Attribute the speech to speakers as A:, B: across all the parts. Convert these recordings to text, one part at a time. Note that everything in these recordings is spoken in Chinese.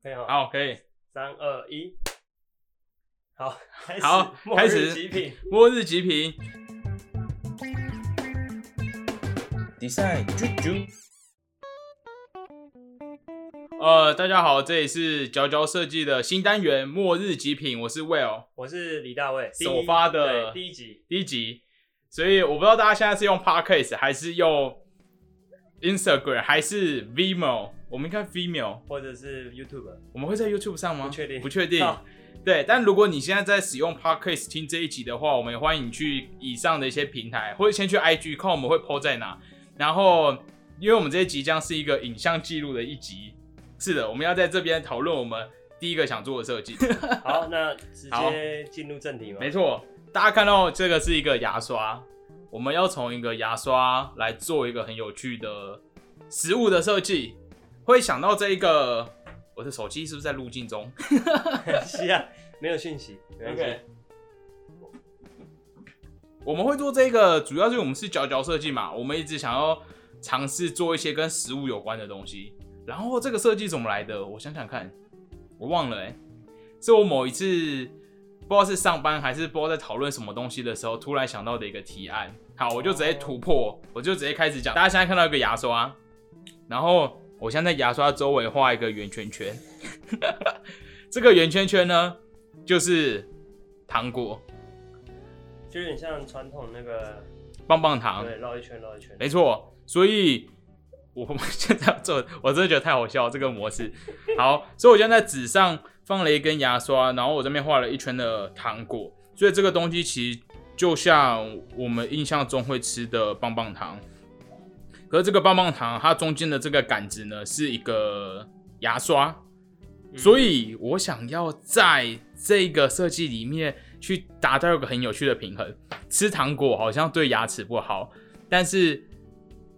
A: 可以哈。，
B: 好，可以。
A: 三二一，好，开始
B: 好
A: 末
B: 开
A: 日
B: 始
A: 极品。
B: 末日极品，
C: 比赛啾啾，
B: 呃，大家好，这里是佼佼设计的新单元《末日极品》，我是 Will，
A: 我是李大卫，第一
B: 首发
A: 对
B: 的
A: 第一集，
B: 第一集。所以我不知道大家现在是用 Podcast 还是用 Instagram 还是 Vimeo，我们应该 Vimeo，
A: 或者是 YouTube，
B: 我们会在 YouTube 上吗？
A: 不确定
B: 不确定
A: 好。
B: 对，但如果你现在在使用 Podcast 听这一集的话，我们也欢迎你去以上的一些平台，或者先去 IG 看我们会 PO 在哪。然后，因为我们这一集将是一个影像记录的一集，是的，我们要在这边讨论我们第一个想做的设计。
A: 好，那直
B: 好
A: 接进入正题嘛。
B: 没错，大家看到这个是一个牙刷，我们要从一个牙刷来做一个很有趣的食物的设计，会想到这一个。我的手机是不是在路径中？
A: 是啊，没有讯息，没关系。
B: OK 我们会做这个，主要是我们是佼佼设计嘛，我们一直想要尝试做一些跟食物有关的东西。然后这个设计怎么来的？我想想看，我忘了哎、是我某一次不知道是上班还是不知道在讨论什么东西的时候，突然想到的一个提案。好，我就直接突破，我就直接开始讲。大家现在看到一个牙刷，然后我现在在牙刷周围画一个圆圈圈， 这个圆圈圈呢就是糖果
A: 就有点像传统那个，
B: 棒棒糖。
A: 对，绕一圈绕一圈。
B: 没错，所以我我 现在要做，我真的觉得太好笑了这个模式。好，所以我现在在纸上放了一根牙刷，然后我这边画了一圈的糖果，所以这个东西其实就像我们印象中会吃的棒棒糖。可是这个棒棒糖它中间的这个杆子呢，是一个牙刷，
A: 嗯
B: 所以我想要在这个设计里面去达到一个很有趣的平衡。吃糖果好像对牙齿不好，但是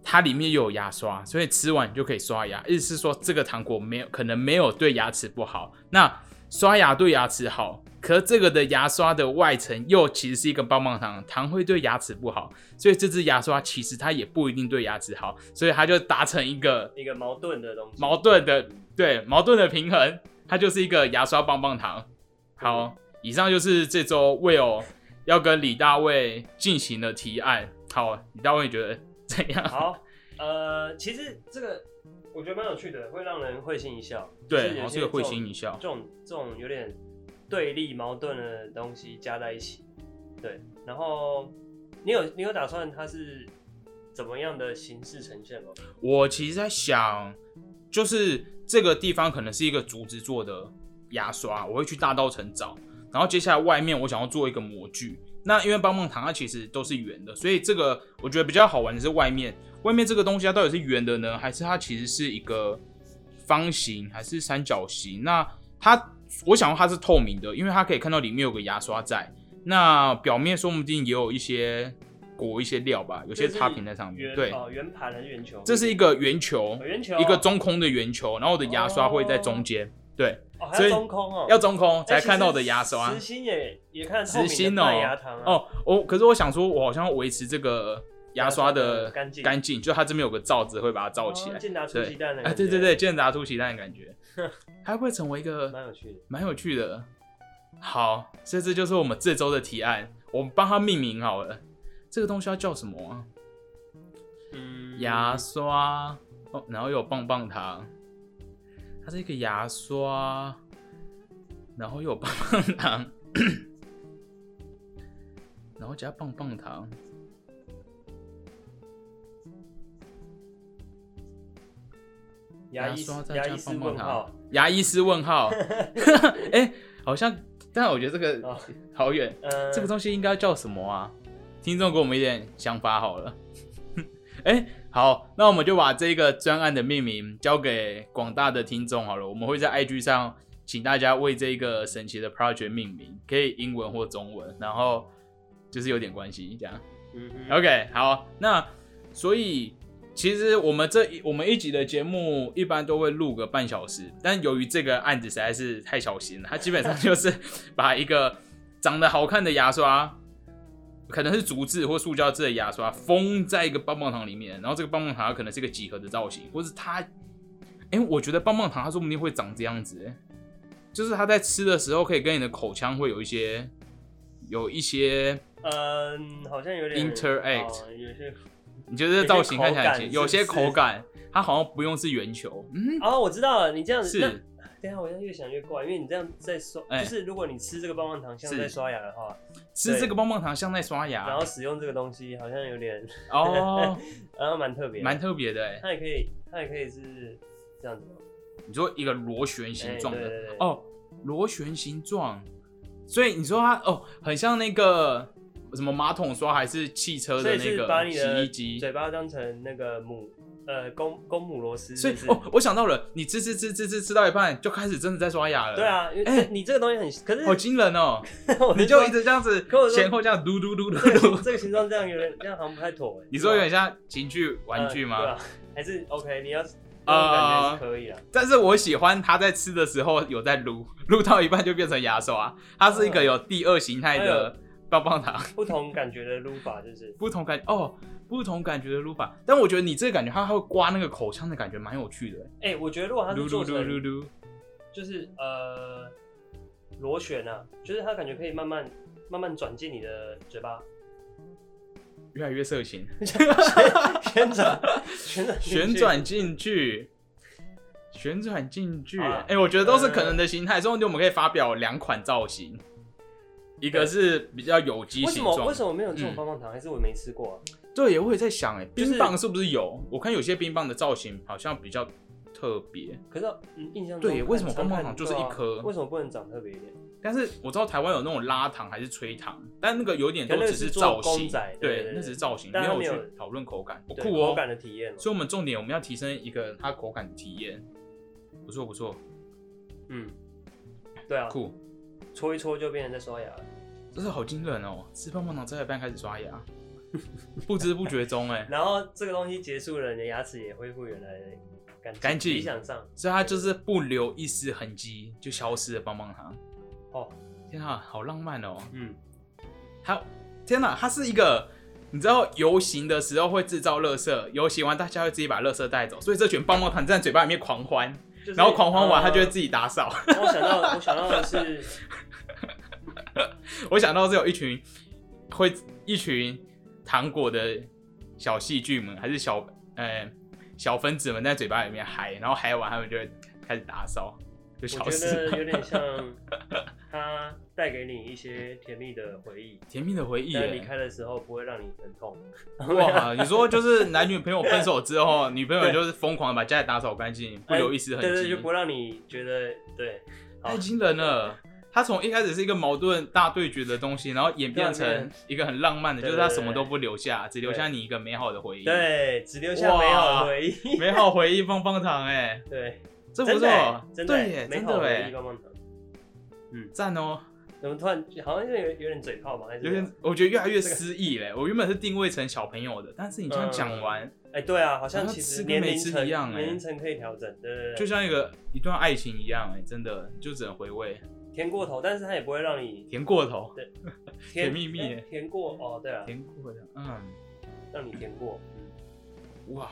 B: 它里面又有牙刷，所以吃完你就可以刷牙。意思是说这个糖果没有可能没有对牙齿不好，那刷牙对牙齿好，可这个的牙刷的外层又其实是一个棒棒糖，糖会对牙齿不好，所以这支牙刷其实它也不一定对牙齿好，所以它就达成一个
A: 一个矛盾的东西。
B: 矛盾的对矛盾的平衡，它就是一个牙刷棒棒糖。好，以上就是这周 Will 要跟李大卫进行的提案。好，李大卫你觉得怎样？
A: 好，呃，其实这个我觉得蛮有趣的，会让人会心一笑。
B: 对，好，
A: 是
B: 这
A: 有些
B: 个会
A: 这种
B: 心一笑
A: 这。种这种有点对立矛盾的东西加在一起，对。然后你有你有打算它是怎么样的形式呈现吗？
B: 我其实在想，就是这个地方可能是一个竹子做的牙刷，我会去大稻城找。然后接下来外面我想要做一个模具，那因为棒棒糖它其实都是圆的，所以这个我觉得比较好玩的是外面，外面这个东西它到底是圆的呢，还是它其实是一个方形，还是三角形？那它我想它是透明的，因为它可以看到里面有个牙刷在，那表面说不定也有一些裹一些料吧，有
A: 有
B: 些插屏在上面。对，
A: 哦，圆盘还是圆球？
B: 这是一个圆球
A: 哦，圆球，
B: 一个中空的圆球，然后我的牙刷会在中间，对，
A: 哦，还
B: 所
A: 要
B: 以
A: 中空哦，
B: 要中空
A: 哎
B: 才
A: 其
B: 看到我
A: 实
B: 的牙刷
A: 实。心也也看得透
B: 实
A: 明的
B: 心
A: 半
B: 哦
A: 牙糖啊，
B: 哦，我可是我想说，我好像要维持这个牙刷
A: 牙刷
B: 的
A: 的干净
B: 干净，就它这边有个罩子会把它罩起来
A: 哦，健达出
B: 对
A: 鸡蛋的
B: 哎，
A: 感
B: 对对
A: 觉
B: 对，，健达出奇蛋的 感觉，它会成为一个
A: 蛮有趣的。
B: 蛮有趣的。好，所以这就是我们这周的提案，我们帮它命名好了。这个东西要叫什么啊？
A: 嗯
B: 牙刷哦，然后有棒棒糖，它是一个牙刷，然后又有棒棒糖， 然后加棒棒糖。
A: 嗯牙
B: 牙
A: 医
B: 刷
A: 师
B: 再
A: 牙
B: 加
A: 医师
B: 棒棒
A: 问
B: 糖
A: 号
B: 牙医师问号， 哎、好像，但我觉得这个
A: 哦，
B: 好远，
A: 呃，
B: 这个东西应该叫什么啊？听众给我们一点想法好了。 哎、好，那我们就把这个专案的命名交给广大的听众好了。我们会在 IG 上请大家为这个神奇的 project 命名，可以英文或中文，然后就是有点关系这样。
A: 嗯哼
B: OK，好，那所以其实我们这一我们一集的节目一般都会录个半小时，但由于这个案子实在是太小心了，它基本上就是把一个长得好看的牙刷，可能是竹制或塑胶制的牙刷，封在一个棒棒糖里面，然后这个棒棒糖它可能是一个几何的造型，或是它哎、我觉得棒棒糖它说不定会长这样子、欸，就是它在吃的时候可以跟你的口腔会有一些有一些，
A: 嗯，好像有点
B: Interact
A: 哦有些
B: 你觉得这造型看起来很有
A: 有
B: 些
A: 些
B: 口
A: 口
B: 感，它好像不用是圆球，嗯，
A: 哦，我知道了，你这样子。那
B: 是
A: 等一下，我现在越想越怪，因为你这样在刷，
B: 哎
A: 就是如果你吃这个棒棒糖像
B: 是
A: 在刷牙的话，
B: 吃这个棒棒糖像在刷
A: 然
B: 牙
A: 后使用这个东西好像有 点，
B: 哦，
A: 然后蛮特别的，
B: 蛮特别的、欸。
A: 它也可以，它也可以是这样子吗？
B: 你说一个螺旋形状
A: 哎
B: 的
A: 对对对
B: 哦，螺旋形状，所以你说它哦，很像那个什么马桶刷还是汽车
A: 所
B: 的
A: 以
B: 那
A: 是把
B: 个
A: 你
B: 洗
A: 的
B: 衣机，
A: 嘴巴当成那个母呃公公母螺丝，
B: 所以
A: 是不是
B: 哦，我想到了，你吃吃吃吃吃吃到一半就开始真的在刷牙了，
A: 对，啊，因为
B: 哎
A: 这你这个东西很，可是
B: 好惊人哦，
A: 我
B: 你就一直这样子
A: 可我说
B: 前后这样嘟嘟嘟嘟
A: 这个
B: 嘟，
A: 这个形状这样有点，这样好像不太妥哎。
B: 你说有
A: 是吧
B: 点像情趣玩具
A: 呃对
B: 吗？
A: 啊，还是 OK？你要
B: 啊
A: 啊，感觉是可以啊。
B: 但是我喜欢他在吃的时候有在撸， 撸到一半就变成牙刷，它是一
A: 哦
B: 个有第二形态的棒棒糖。
A: 不同感觉的撸法就是，
B: 不同感哦，不同感觉的撸法。但我觉得你这个感觉，它还会刮那个口腔的感觉，蛮有趣的。
A: 哎，我觉得如果它
B: 撸
A: 是做
B: 撸撸撸
A: 成
B: 撸，
A: 就是呃螺旋啊，就是它感觉可以慢慢慢慢转进你的嘴巴，
B: 越来越色情。
A: 旋 转旋转进去
B: 旋转进去，旋转进去。哎、
A: 啊
B: 我觉得都是可能的形态。所以我们可以发表两款造型，一个是比较有机
A: 为什
B: 形
A: 么为
B: 状
A: 什。么没有这种
B: 嗯
A: 棒棒糖？还是我没吃过啊？
B: 对，我也在想，哎，
A: 就是
B: 冰棒是不是有？我看有些冰棒的造型好像比较特别，
A: 可是嗯，印象中
B: 对为什么
A: 常看
B: 棒棒糖就是一颗
A: 对啊为什么不能长特别一点？
B: 但是我知道台湾有那种拉糖还是吹糖，但那个有点都
A: 可能那
B: 只
A: 个是做
B: 造型
A: 公仔，对对对
B: 那只是造型，
A: 但它
B: 有
A: 没
B: 去
A: 有
B: 讨论口感，不
A: 对
B: 酷哦
A: 口。感的体验嘛。
B: 所以，我们重点我们要提升一个它口感的体验，不错不错，
A: 嗯，对啊，
B: 酷，
A: 搓一搓就变成在刷牙了。
B: 真是好惊人哦！吃棒棒糖吃到一半开始刷牙， 不知不觉 中哎，
A: 然后这个东西结束了，你的牙齿也恢复原来的干
B: 干净
A: 理想上
B: 所以它就是不留一丝痕迹就消失了棒棒糖。
A: 哦，
B: 天啊，好浪漫哦！
A: 嗯，
B: 它天哪，它是一个。你知道游行的时候会制造垃圾，游行完大家会自己把垃圾带走，所以这群棒棒糖在嘴巴里面狂欢，
A: 就是
B: 然后狂欢完，
A: 呃
B: 他就会自己打扫。
A: 我想到，我想到的是，
B: 我想到是有一群会一群糖果的小细菌们，还是小呃小分子们在嘴巴里面嗨，然后嗨完他们就会开始打扫，就消
A: 我觉
B: 失
A: 得
B: 了。
A: 有点像它带给你一些甜蜜的回 忆，
B: 甜蜜的回忆耶，
A: 但离开的时候不会让你很痛。
B: 哇！你说就是男女朋友分手之后，女朋友就是疯狂地把家里打扫干净，不留一丝痕
A: 对对，
B: 迹
A: 就，不让你觉得对，
B: 太惊人了。他从一开始是一个矛盾大对决的东西，然后演
A: 对
B: 变
A: 啊
B: 成一个很浪漫的，
A: 对
B: 就
A: 对
B: 是他什么都不留下，只留下
A: 对
B: 你一个美好的回忆。，
A: 对，只留下美好的回忆。
B: 美好回忆棒棒糖，哎，
A: 对，
B: 这不
A: 真
B: 错
A: 的欸，真的
B: 对
A: 欸
B: 耶，
A: 美
B: 真
A: 好
B: 的
A: 的回忆
B: 哎，
A: 棒棒糖。
B: 赞哦，
A: 怎么突然好像有点有点嘴炮嘛？还是
B: 有点，我觉得越来越诗意嘞。我原本是定位成小朋友的，但是你这样讲完，
A: 哎、对啊，好像
B: 好像
A: 其
B: 哦吃
A: 实
B: 跟
A: 年
B: 没
A: 龄
B: 吃
A: 层
B: 一样欸
A: 年龄层可以调整，对对对，
B: 就像一个一段爱情一样，哎，真的你就只能回味，
A: 甜过头，但是它也不会让你
B: 甜过头，
A: 甜
B: 甜蜜蜜
A: 哎
B: 欸
A: 甜过哦，对啊，
B: 甜过的，嗯，
A: 让你甜过，嗯，
B: 哇，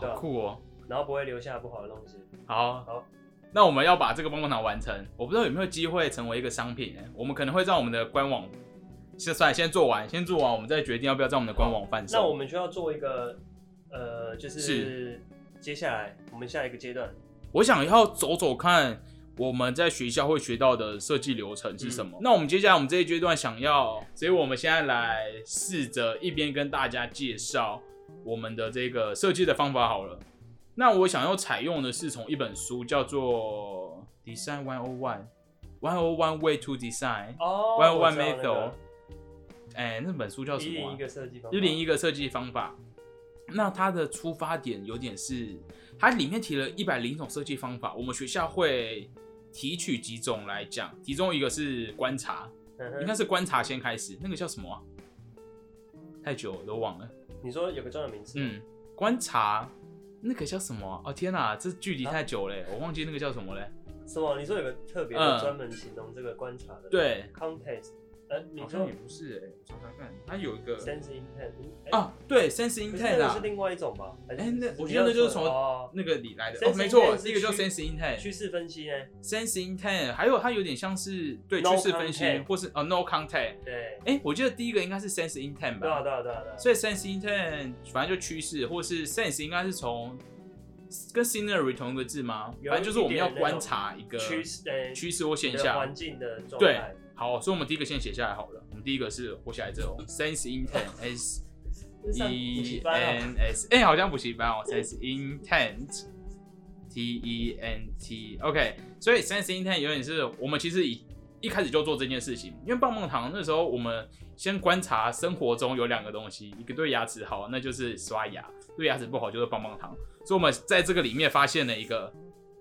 A: 对啊
B: 好酷哦。
A: 然后不会留下不好的东西。
B: 好，
A: 好
B: 那我们要把这个棒棒糖完成，我不知道有没有机会成为一个商品、哎，我们可能会在我们的官网。先算了，先做完，先做完，我们再决定要不要在我们的官网贩售。
A: 那我们需要做一个呃，就是是接下来我们下一个阶段
B: 我想要走走看我们在学校会学到的设计流程是什么。
A: 嗯
B: 那我们接下来我们这一阶段想要，所以我们现在来试着一边跟大家介绍我们的这个设计的方法好了。那我想要采用的是从一本书叫做《Design One O One》One O One Way to Design
A: 哦
B: One O
A: 我
B: One
A: 知道那
B: Method
A: 个。
B: 哎、那本书叫什
A: 一零
B: 么、啊
A: 一？个设计方法，
B: 一零一个设计方法。那它的出发点有点是，它里面提了一百零种设计方法，我们学校会提取几种来讲，其中一个是观察，
A: 嗯哼
B: 应该是观察先开始，那个叫什么啊、太久了都忘了。
A: 你说有个专有名词，
B: 嗯，观察那个叫什么啊、哦天哪、这距离太久了，我忘记那个叫什么嘞。
A: 什么？你说有个特别
B: 嗯
A: 的专门形容这个观察的，
B: 对
A: ，context，呃，你
B: 好像
A: 说
B: 也不是哎、我查查看，它有一个
A: sense intent 哎，
B: 啊，对，sense
A: 可是那
B: intent
A: 个是
B: 啊，
A: 另外一种吧？还是
B: 哎那我
A: 你
B: 觉得那就是
A: 要说
B: 从
A: 哦
B: 那个里来的
A: sense
B: 哦，没错，
A: intent 是
B: 那个叫
A: 趋
B: sense intent，sense
A: 趋势分析呢？
B: intent，还有它有点像是对
A: No
B: 趋势分析
A: contact
B: 或是呃 no contact，
A: 对，
B: 哎、我记得第一个应该是 sense intent
A: 对啊，
B: 吧，
A: 对啊，对啊，对啊。
B: 所以 sense intent 反正就趋势或是 sense 应该是从跟 scenery 同一个字吗？
A: 有
B: 反正就是我们要
A: 一点那种
B: 观察一个
A: 趋势呃
B: 趋势或现
A: 你的
B: 象
A: 环，境的状
B: 对
A: 态，
B: 好，所以我们第一个先写下来好了。我们第一个是活下来之后，sense intent s
A: 这是上补
B: e
A: 习班啊
B: n s，哎、好像补习班 哦，sense intent t e n t，OK，、所以 sense intent 有点是我们其实一一开始就做这件事情，因为棒棒糖那时候我们先观察生活中有两个东西，一个对牙齿好，那就是刷牙；对牙齿不好就是棒棒糖，所以我们在这个里面发现了一个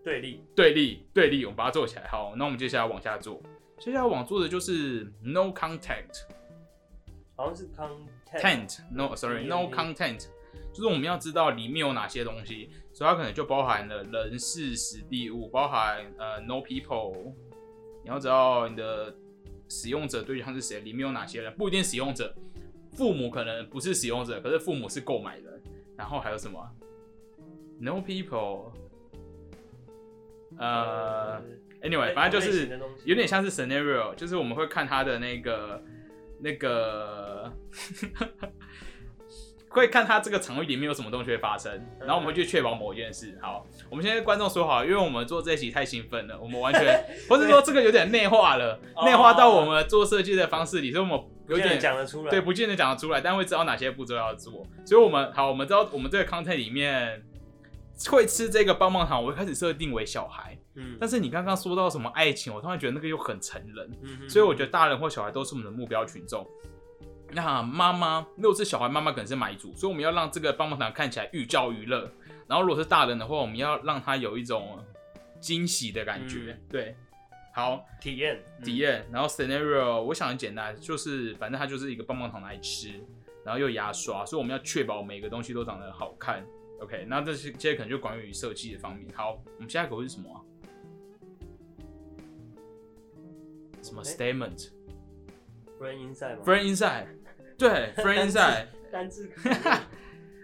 A: 对立，
B: 对立，对立，我们把它做起来。好，那我们接下来往下做，接下来往做的就是 no contact
A: 好像是 content
B: tent no sorry
A: T
B: no
A: N T
B: content，就是我们要知道里面有哪些东西，所以它可能就包含了人、事、实地、物，包含呃 no people，你要知道你的使用者对象是谁，里面有哪些人，不一定使用者，父母可能不是使用者，可是父母是购买人，然后还有什么啊 no people，呃。Anyway，反正就
A: 类
B: 是
A: 型的东西
B: 有点像是 scenario，就是我们会看他的那个那个， 会看他这个场域里面有什么东西会发生，
A: 嗯
B: 然后我们会去确保某一件事。好，我们现在观众说好，因为我们做这一集太兴奋了，我们 完全或是说这个有点内化了，
A: 哦
B: 内化到我们做设计的方式里，所以我们有
A: 有点
B: 点
A: 讲得出来，
B: 对，不见得讲得出来，但会知道哪些步骤要做。所以，我们好，我们知道我们这个 content 里面会吃这个棒棒糖，我会开始设定为小孩。
A: 嗯，
B: 但是你刚刚说到什么爱情，我突然觉得那个又很成人，
A: 嗯
B: 所以我觉得大人或小孩都是我们的目标群众。那妈妈如果是小孩，妈妈可能是买主，所以我们要让这个棒棒糖看起来寓教于乐。然后如果是大人的话，我们要让他有一种惊喜的感觉。对，好
A: 得体验
B: 体，验。然后 scenario 我想很简单，就是反正它就是一个棒棒糖来吃，然后又牙刷，所以我们要确保每个东西都长得好看。OK，那这些这些可能就关于设计的方面。好，我们下一个会是什么啊？什么
A: 哎
B: statement？Friend
A: 嗯 friend inside 嘛
B: inside，对，Friend inside，
A: 单字可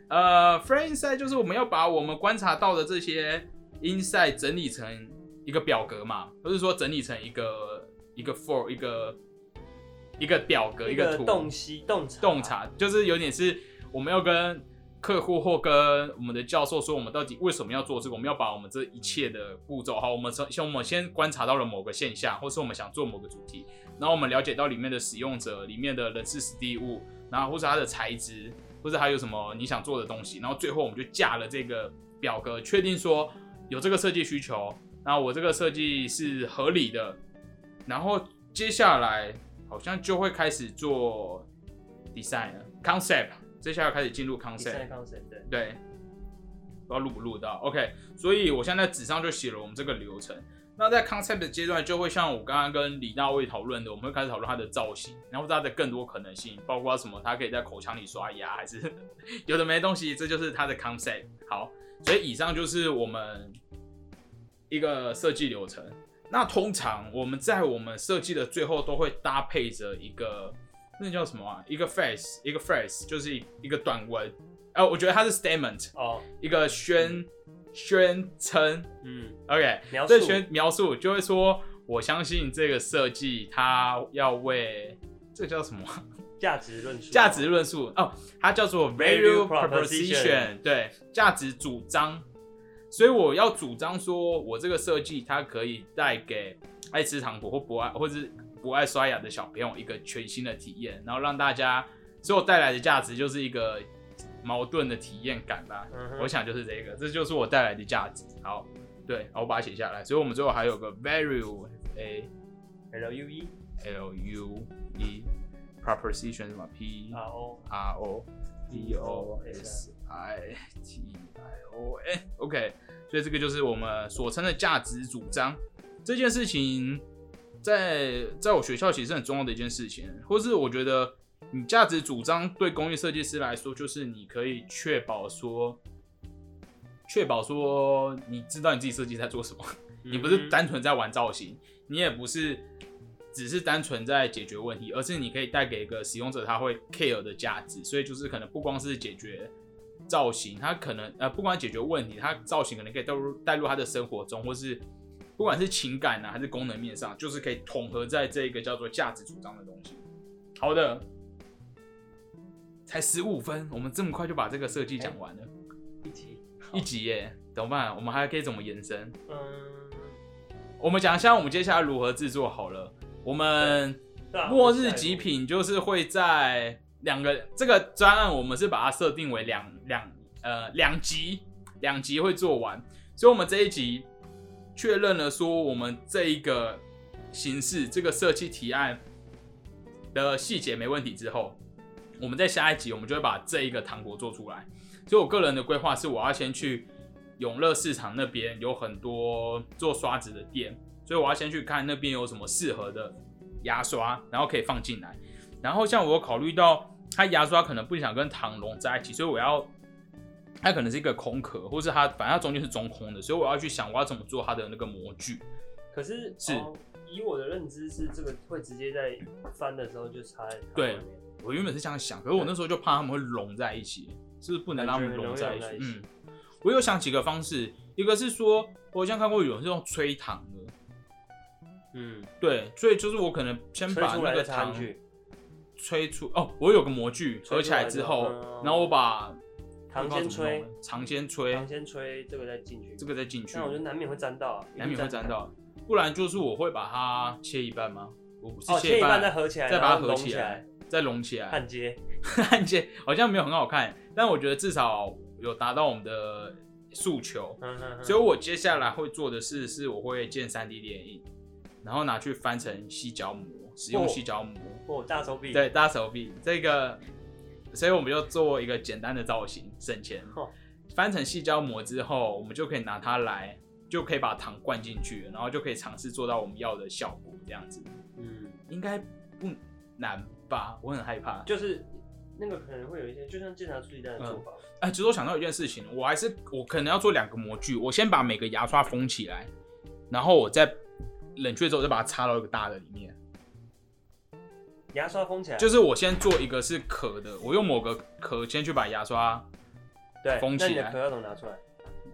B: 呃，Friend inside 就是我们要把我们观察到的这些 inside 整理成一个表格嘛，不是说整理成一个一个 for 一个一个表格
A: 以一
B: 个
A: 个
B: 图
A: 洞悉洞察
B: 洞，察，就是有点是我们要跟客户或跟我们的教授说，我们到底为什么要做这个？我们要把我们这一切的步骤，好，我们从先我们先观察到了某个现象，或是我们想做某个主题，然后我们了解到里面的使用者、里面的人事、实地物，然后或是它的材质，或是还有什么你想做的东西，然后最后我们就架了这个表格，确定说有这个设计需求，那我这个设计是合理的，然后接下来好像就会开始做 design 了 concept，接下来开始进入 concept，
A: inside concept 对，
B: 对，不知道录不录到，OK，所以我现在在纸上就写了我们这个流程。那在 concept 的阶段，就会像我刚刚跟李大卫讨论的，我们会开始讨论它的造型，然后它的更多可能性，包括什么，它可以在口腔里刷牙，还是 有的没东西，这就是它的 concept。好，所以以上就是我们一个设计流程。那通常我们在我们设计的最后都会搭配着一个那叫什么啊？一个 phrase，一个 phrase 就是一个短文。呃，我觉得它是 statement，
A: 哦，
B: 一个宣宣称
A: 嗯，
B: ，OK，
A: 描述
B: 这宣描述就会说，我相信这个设计它要为这叫什么 啊
A: 价值论述，
B: 价值论述哦，它叫做
A: Value
B: value proposition，
A: proposition
B: 对，价值主张。所以我要主张说，我这个设计它可以带给爱吃糖果或不爱或是不爱刷牙的小朋友一个全新的体验，然后让大家所有带来的价值就是一个矛盾的体验感吧。
A: 嗯哼，
B: 我想就是这个，这就是我带来的价值。好，对，好我把它写下来。所以我们最后还有个 value a
A: L U E
B: l u e proposition 什么 p
A: R O，
B: r o p o s i t i o n OK，所以这个就是我们所称的价值主张。这件事情在在我学校其实是很重要的一件事情，或是我觉得你价值主张对工业设计师来说，就是你可以确保说，确保说
A: 嗯
B: 你知道你自己设计在做什么。你不是单纯在玩造型，你也不是只是单纯在解决问题，而是你可以带给一个使用者他会 care 的价值。所以就是可能不光是解决造型，它可能呃不光解决问题，它造型可能可以带入带入他的生活中，或是不管是情感啊还是功能面上，就是可以统合在这个叫做价值主张的东西。好的，才十五分，我们这么快就把这个设计讲完了，
A: 一集，
B: 一集耶，怎么办？我们还可以怎么延伸？
A: 嗯，
B: 我们讲一下我们接下来如何制作好了。我们
A: 对啊
B: 末日极，品就是会在两个这个专案，我们是把它设定为两两呃两集，两集会做完，所以我们这一集确认了说我们这一个形式这个设计提案的细节没问题之后，我们在下一集我们就会把这一个糖果做出来。所以我个人的规划是，我要先去永乐市场那边有很多做刷子的店，所以我要先去看那边有什么适合的牙刷，然后可以放进来。然后像我有考虑到，它牙刷可能不想跟糖融在一起，所以我要它可能是一个空壳，或是它反正它中间是中空的，所以我要去想我要怎么做它的那个模具。
A: 可是
B: 是
A: 哦以我的认知是，这个会直接在翻的时候就插在它
B: 对
A: 外面
B: 我原本是这样想，可是我那时候就怕他们会融在一起，是不是不能让他们融在一
A: 感
B: 起？
A: 觉很容易
B: 嗯，我有想几个方式，一个是说，我好像看过有人是用吹糖的，
A: 嗯，
B: 对，所以就是我可能先
A: 吹
B: 把
A: 出
B: 那
A: 来
B: 个
A: 的餐
B: 糖
A: 具，
B: 吹出哦，我有个模具
A: 吹出来
B: 合起来之
A: 之
B: 后
A: 后嗯，
B: 然后我把
A: 糖先吹，
B: 糖先吹
A: 糖，先吹，这个再进去，
B: 这个再进去
A: 但，我觉得难免会沾到啊，
B: 难免会沾到，不然就是我会把它切一半吗？我不是
A: 哦，切一半
B: 半
A: 再合起来，
B: 再把它
A: 然后
B: 合
A: 拢
B: 起
A: 起
B: 来，再拢起来，
A: 焊接，
B: 看见好像没有很好看，但我觉得至少有达到我们的诉求。
A: 嗯嗯，嗯
B: 所以我接下来会做的事是，我会建3 D 电影，然后拿去翻成细胶膜，使用
A: 哦
B: 细胶膜，
A: 哦，大手笔，
B: 对，搭手臂这个，所以我们就做一个简单的造型，省钱。
A: 哦，
B: 翻成细胶膜之后，我们就可以拿它来，就可以把糖灌进去，然后就可以尝试做到我们要的效果，这样子
A: 嗯，
B: 应该不难吧？我很害怕，
A: 就是那个可能会有一些，就像检查处理蛋的做法，
B: 哎，其实我想到一件事情，我还是我可能要做两个模具，我先把每个牙刷封起来，然后我再冷却之后再把它插到一个大的里面。
A: 牙刷封起来，
B: 就是我先做一个是壳的，我用某个壳先去把牙刷，
A: 对，
B: 封起
A: 那你
B: 来
A: 的壳要怎么拿出来？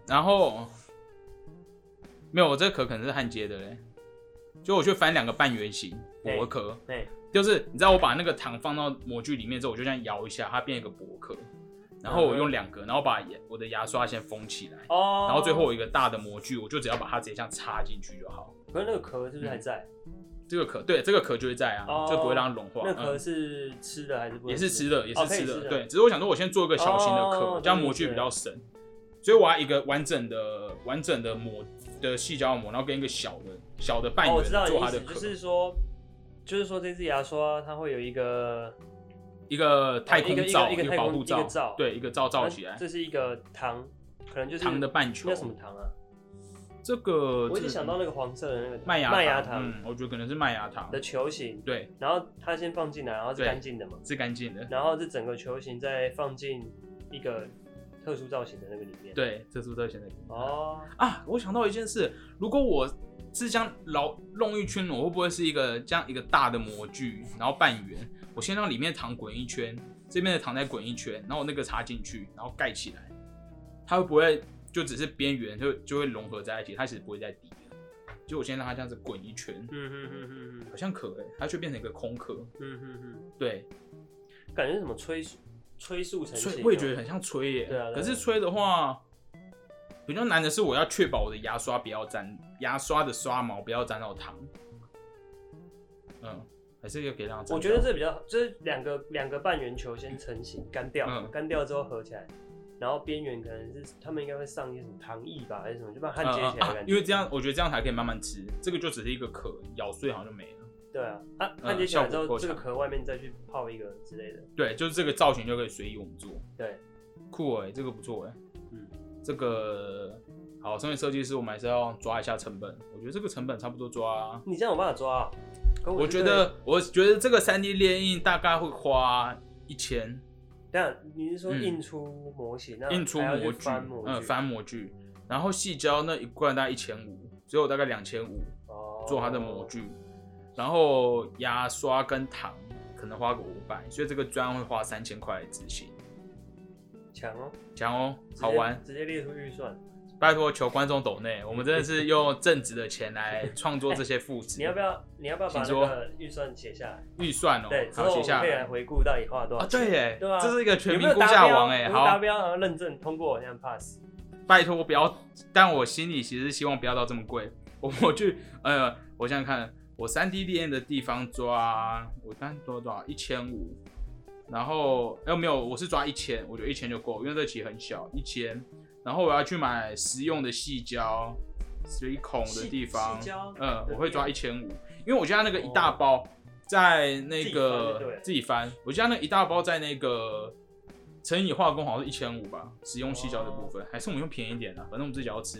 B: 然后没有，我这个壳可能是焊接的嘞，就我去翻两个半圆形薄壳，
A: 哎，
B: 就是你知道我把那个糖放到模具里面之后，我就这样摇一下，它变一个薄壳，然后我用两个，然后把牙我的牙刷先封起来。
A: 哦，
B: 然后最后，有一个大的模具，我就只要把它直接这样插进去就好。
A: 可是那个壳是不是
B: 嗯
A: 还在？
B: 这个壳对，这个壳就会在啊，
A: 哦
B: 就不会让它融化。
A: 那壳
B: 嗯
A: 是吃的还是不？
B: 也是吃，的，也
A: 哦
B: 是
A: 可以
B: 吃
A: 吃
B: 的，
A: 的
B: 对。只是我想说，我先做一个小型的壳，
A: 哦
B: 这样模具比较省，所以我要一个完整的、完整的膜的细胶膜，然后跟一个小的、小的半
A: 哦，
B: 圆
A: 我知道你
B: 做
A: 的
B: 它
A: 意
B: 的
A: 思，
B: 壳，
A: 就是说，就是说这支牙刷它会有一个，
B: 一个太空罩、
A: 哦一个一个一个太
B: 保
A: 空
B: 护
A: 一个罩
B: 对，一个罩罩起来，
A: 这是一个糖，可能就是
B: 糖的半球
A: 那。什么糖啊？
B: 这个
A: 我一直想到
B: 这
A: 那个黄色的那个
B: 麦芽
A: 麦芽
B: 糖，
A: 糖
B: 嗯，我觉得可能是麦芽糖，
A: 的球形，
B: 对，
A: 然后它先放进来，然后是
B: 对
A: 干净的嘛，
B: 是干净的，
A: 然后这整个球形再放进一个特殊造型的那个里面。，
B: 对，这是不是现在？
A: 哦，
B: 啊，我想到一件事，如果我是这样绕弄一圈，我会不会是一个这样一个大的模具，然后半圆？我先让里面糖滚一圈，这边的糖再滚一圈，然后我那个插进去，然后盖起来，它会不会就只是边缘就就会融合在一起？它其实不会再底了。就我先让它这样子滚一圈，
A: 嗯哼哼哼
B: 好像可哎、它却变成一个空壳。
A: 哼，嗯哼哼，
B: 对，
A: 感觉什么催速催速成型
B: 吹
A: 啊，
B: 我也觉得很像吹耶、
A: 对啊对啊
B: 可是吹的话，比较难的是我要确保我的牙刷不要沾牙刷的刷毛不要沾到糖。嗯，还是要给它沾到。
A: 我觉得这比较好，就是两个两个半圆球先成型，干掉，
B: 嗯
A: 干掉之后合起来，然后边缘可能是他们应该会上一些什么糖液吧，还是什么，就把它焊接起来的
B: 嗯嗯啊
A: 感觉。
B: 因为这样我觉得这样才可以慢慢吃。这个就只是一个壳，咬碎好像就没了。
A: 对啊，焊焊接起来之
B: 效
A: 后，
B: 果够
A: 这
B: 强
A: 个壳外面再去泡一个之类的。
B: 对，就是这个造型就可以随意我们做，
A: 对，
B: 酷哎、这个不错哎、
A: 嗯，
B: 这个好，身为设计师，我们还是要抓一下成本。我觉得这个成本差不多抓
A: 你这样有办法抓啊？可
B: 我
A: 是
B: 觉
A: 对
B: 得，我觉得这个三 D 列印大概会花一千
A: 等一下，你是说
B: 嗯
A: 印出模型？那
B: 印出
A: 还要去
B: 模具，
A: 翻模具，
B: 嗯，翻模具，然后细胶那一罐大概一千五，所以我大概两千五
A: 哦
B: 做它的模具，然后牙刷跟糖可能花个五百，所以这个专案会花三千块来执行。
A: 强哦，
B: 强哦，
A: 直接
B: 好玩，
A: 直接列出预算。
B: 拜托求观众抖内，我们真的是用正职的 钱来创作这些副职。
A: 你要不要？你要不要把
B: 请
A: 那
B: 说
A: 个预算写下来？
B: 预算哦？
A: 对，之
B: 好
A: 后我
B: 写
A: 们
B: 下
A: 可以来
B: 来。
A: 回顾到底花了多少
B: 啊，
A: 钱。
B: 对耶，
A: 对啊
B: 这是一个全
A: 有没
B: 民
A: 有
B: 估
A: 达
B: 价
A: 标
B: 王哎，
A: 有没有达
B: 好，
A: 标然后认证通过，这样 pass。
B: 拜托不要，但我心里其实希望不要到这么贵。我我去，呃，我想想看，我三 D 练的地方抓，我当时多多少一千五，然后哎、没有，我是抓一千，我觉得一千就够，因为这棋很小，一千。然后我要去买实用的细胶，水孔的地方
A: 细细胶，
B: 呃，
A: 的
B: 我会抓一
A: 量
B: 千五，因为我家那个一大包在那
A: 哦自己翻就对
B: 个
A: 了
B: 自己翻，我家那一大包在那个成以化工好像是一千五吧，使用细胶的部
A: 哦
B: 分，还是我们用便宜一点啊啦，反正我们自己要吃。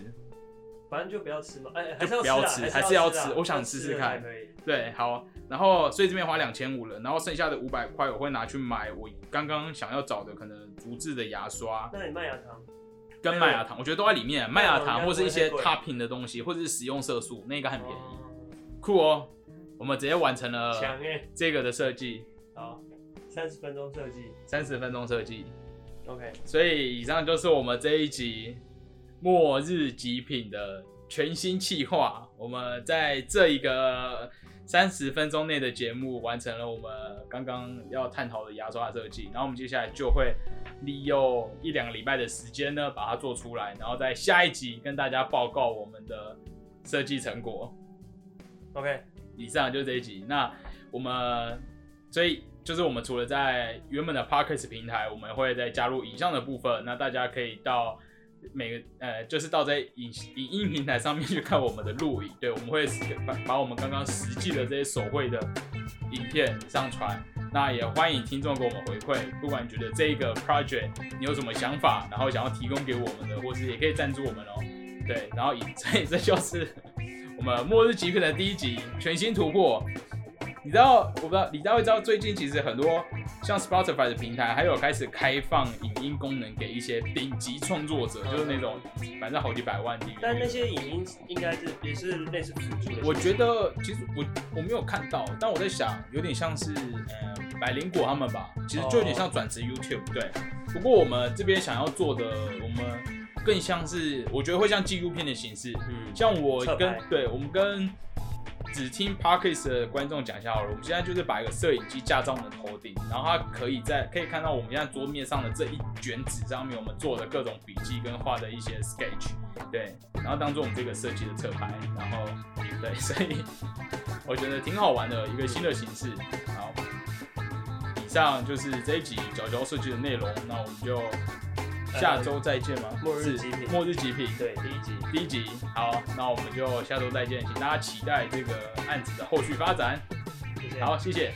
A: 反正就不要吃嘛，哎、还
B: 就是
A: 要
B: 不要
A: 啦
B: 吃
A: 还
B: 还是
A: 是
B: 要
A: 吃
B: 吃
A: 啦，
B: 我想
A: 要
B: 试
A: 吃
B: 试
A: 了
B: 看
A: 才可以。
B: 对，好，然后所以这边花两千五了，然后剩下的五百块我会拿去买我刚刚想要找的可能竹制的牙刷
A: 那你麦芽糖，
B: 跟麦芽糖，我觉得都在里面，麦芽
A: 麦芽
B: 糖
A: 糖
B: 或是一些
A: 应该不会太
B: topping 的东西，或者是食用色素，那个很便宜，
A: 宜，
B: 酷哦，我们直接完成了
A: 强哎、
B: 这个的设计，
A: 好，三十分钟设计
B: 三十分钟设计。
A: ，OK，
B: 所以以上就是我们这一集末日极品的全新企划。我们在这一个三十分钟内的节目完成了我们刚刚要探讨的牙刷设计，然后我们接下来就会利用一两个礼拜的时间呢，把它做出来，然后在下一集跟大家报告我们的设计成果。
A: OK，
B: 以上就是这一集。那我们所以就是我们除了在原本的 Parkes 平台，我们会再加入影像的部分。那大家可以到每个呃，就是到在影影音平台上面去看我们的录影。对，我们会把把我们刚刚实际的这些手绘的影片上传。那也欢迎听众给我们回馈，不管你觉得这个 project 你有什么想法，然后想要提供给我们的，或是也可以赞助我们哦。对，然后以所以这就是我们《末日极品》的第一集全新突破。你知道，我不知道李大卫知道，最近其实很多像 Spotify 的平台，还有开始开放影音功能给一些顶级创作者，就是那种反正好几百万订阅。
A: 但那些影音应该是也是类似辅助的，
B: 我觉得其实我我没有看到，但我在想，有点像是呃百灵果他们吧，其实就有点
A: 哦
B: 像转职 YouTube 对。不过我们这边想要做的，我们更像是我觉得会像纪录片的形式，
A: 嗯，
B: 像我
A: 侧
B: 跟
A: 拍
B: 对我们跟只听 Parkes 的观众讲一下好了，我们现在就是把一个摄影机架在我们的头顶，然后它可以在可以看到我们现在桌面上的这一卷纸上面，我们做的各种笔记跟画的一些 sketch，对，然后当做我们这个设计的侧拍，然后对，所以我觉得挺好玩的一个新的形式。好，以上就是这一集角角设计的内容，那我们就下周再见吗？
A: 呃末日
B: 是
A: 极品
B: 末日极品，
A: 对第一集，
B: 第一集。好，那我们就下周再见，请大家期待这个案子的后续发展。
A: 谢谢。
B: 好，谢谢，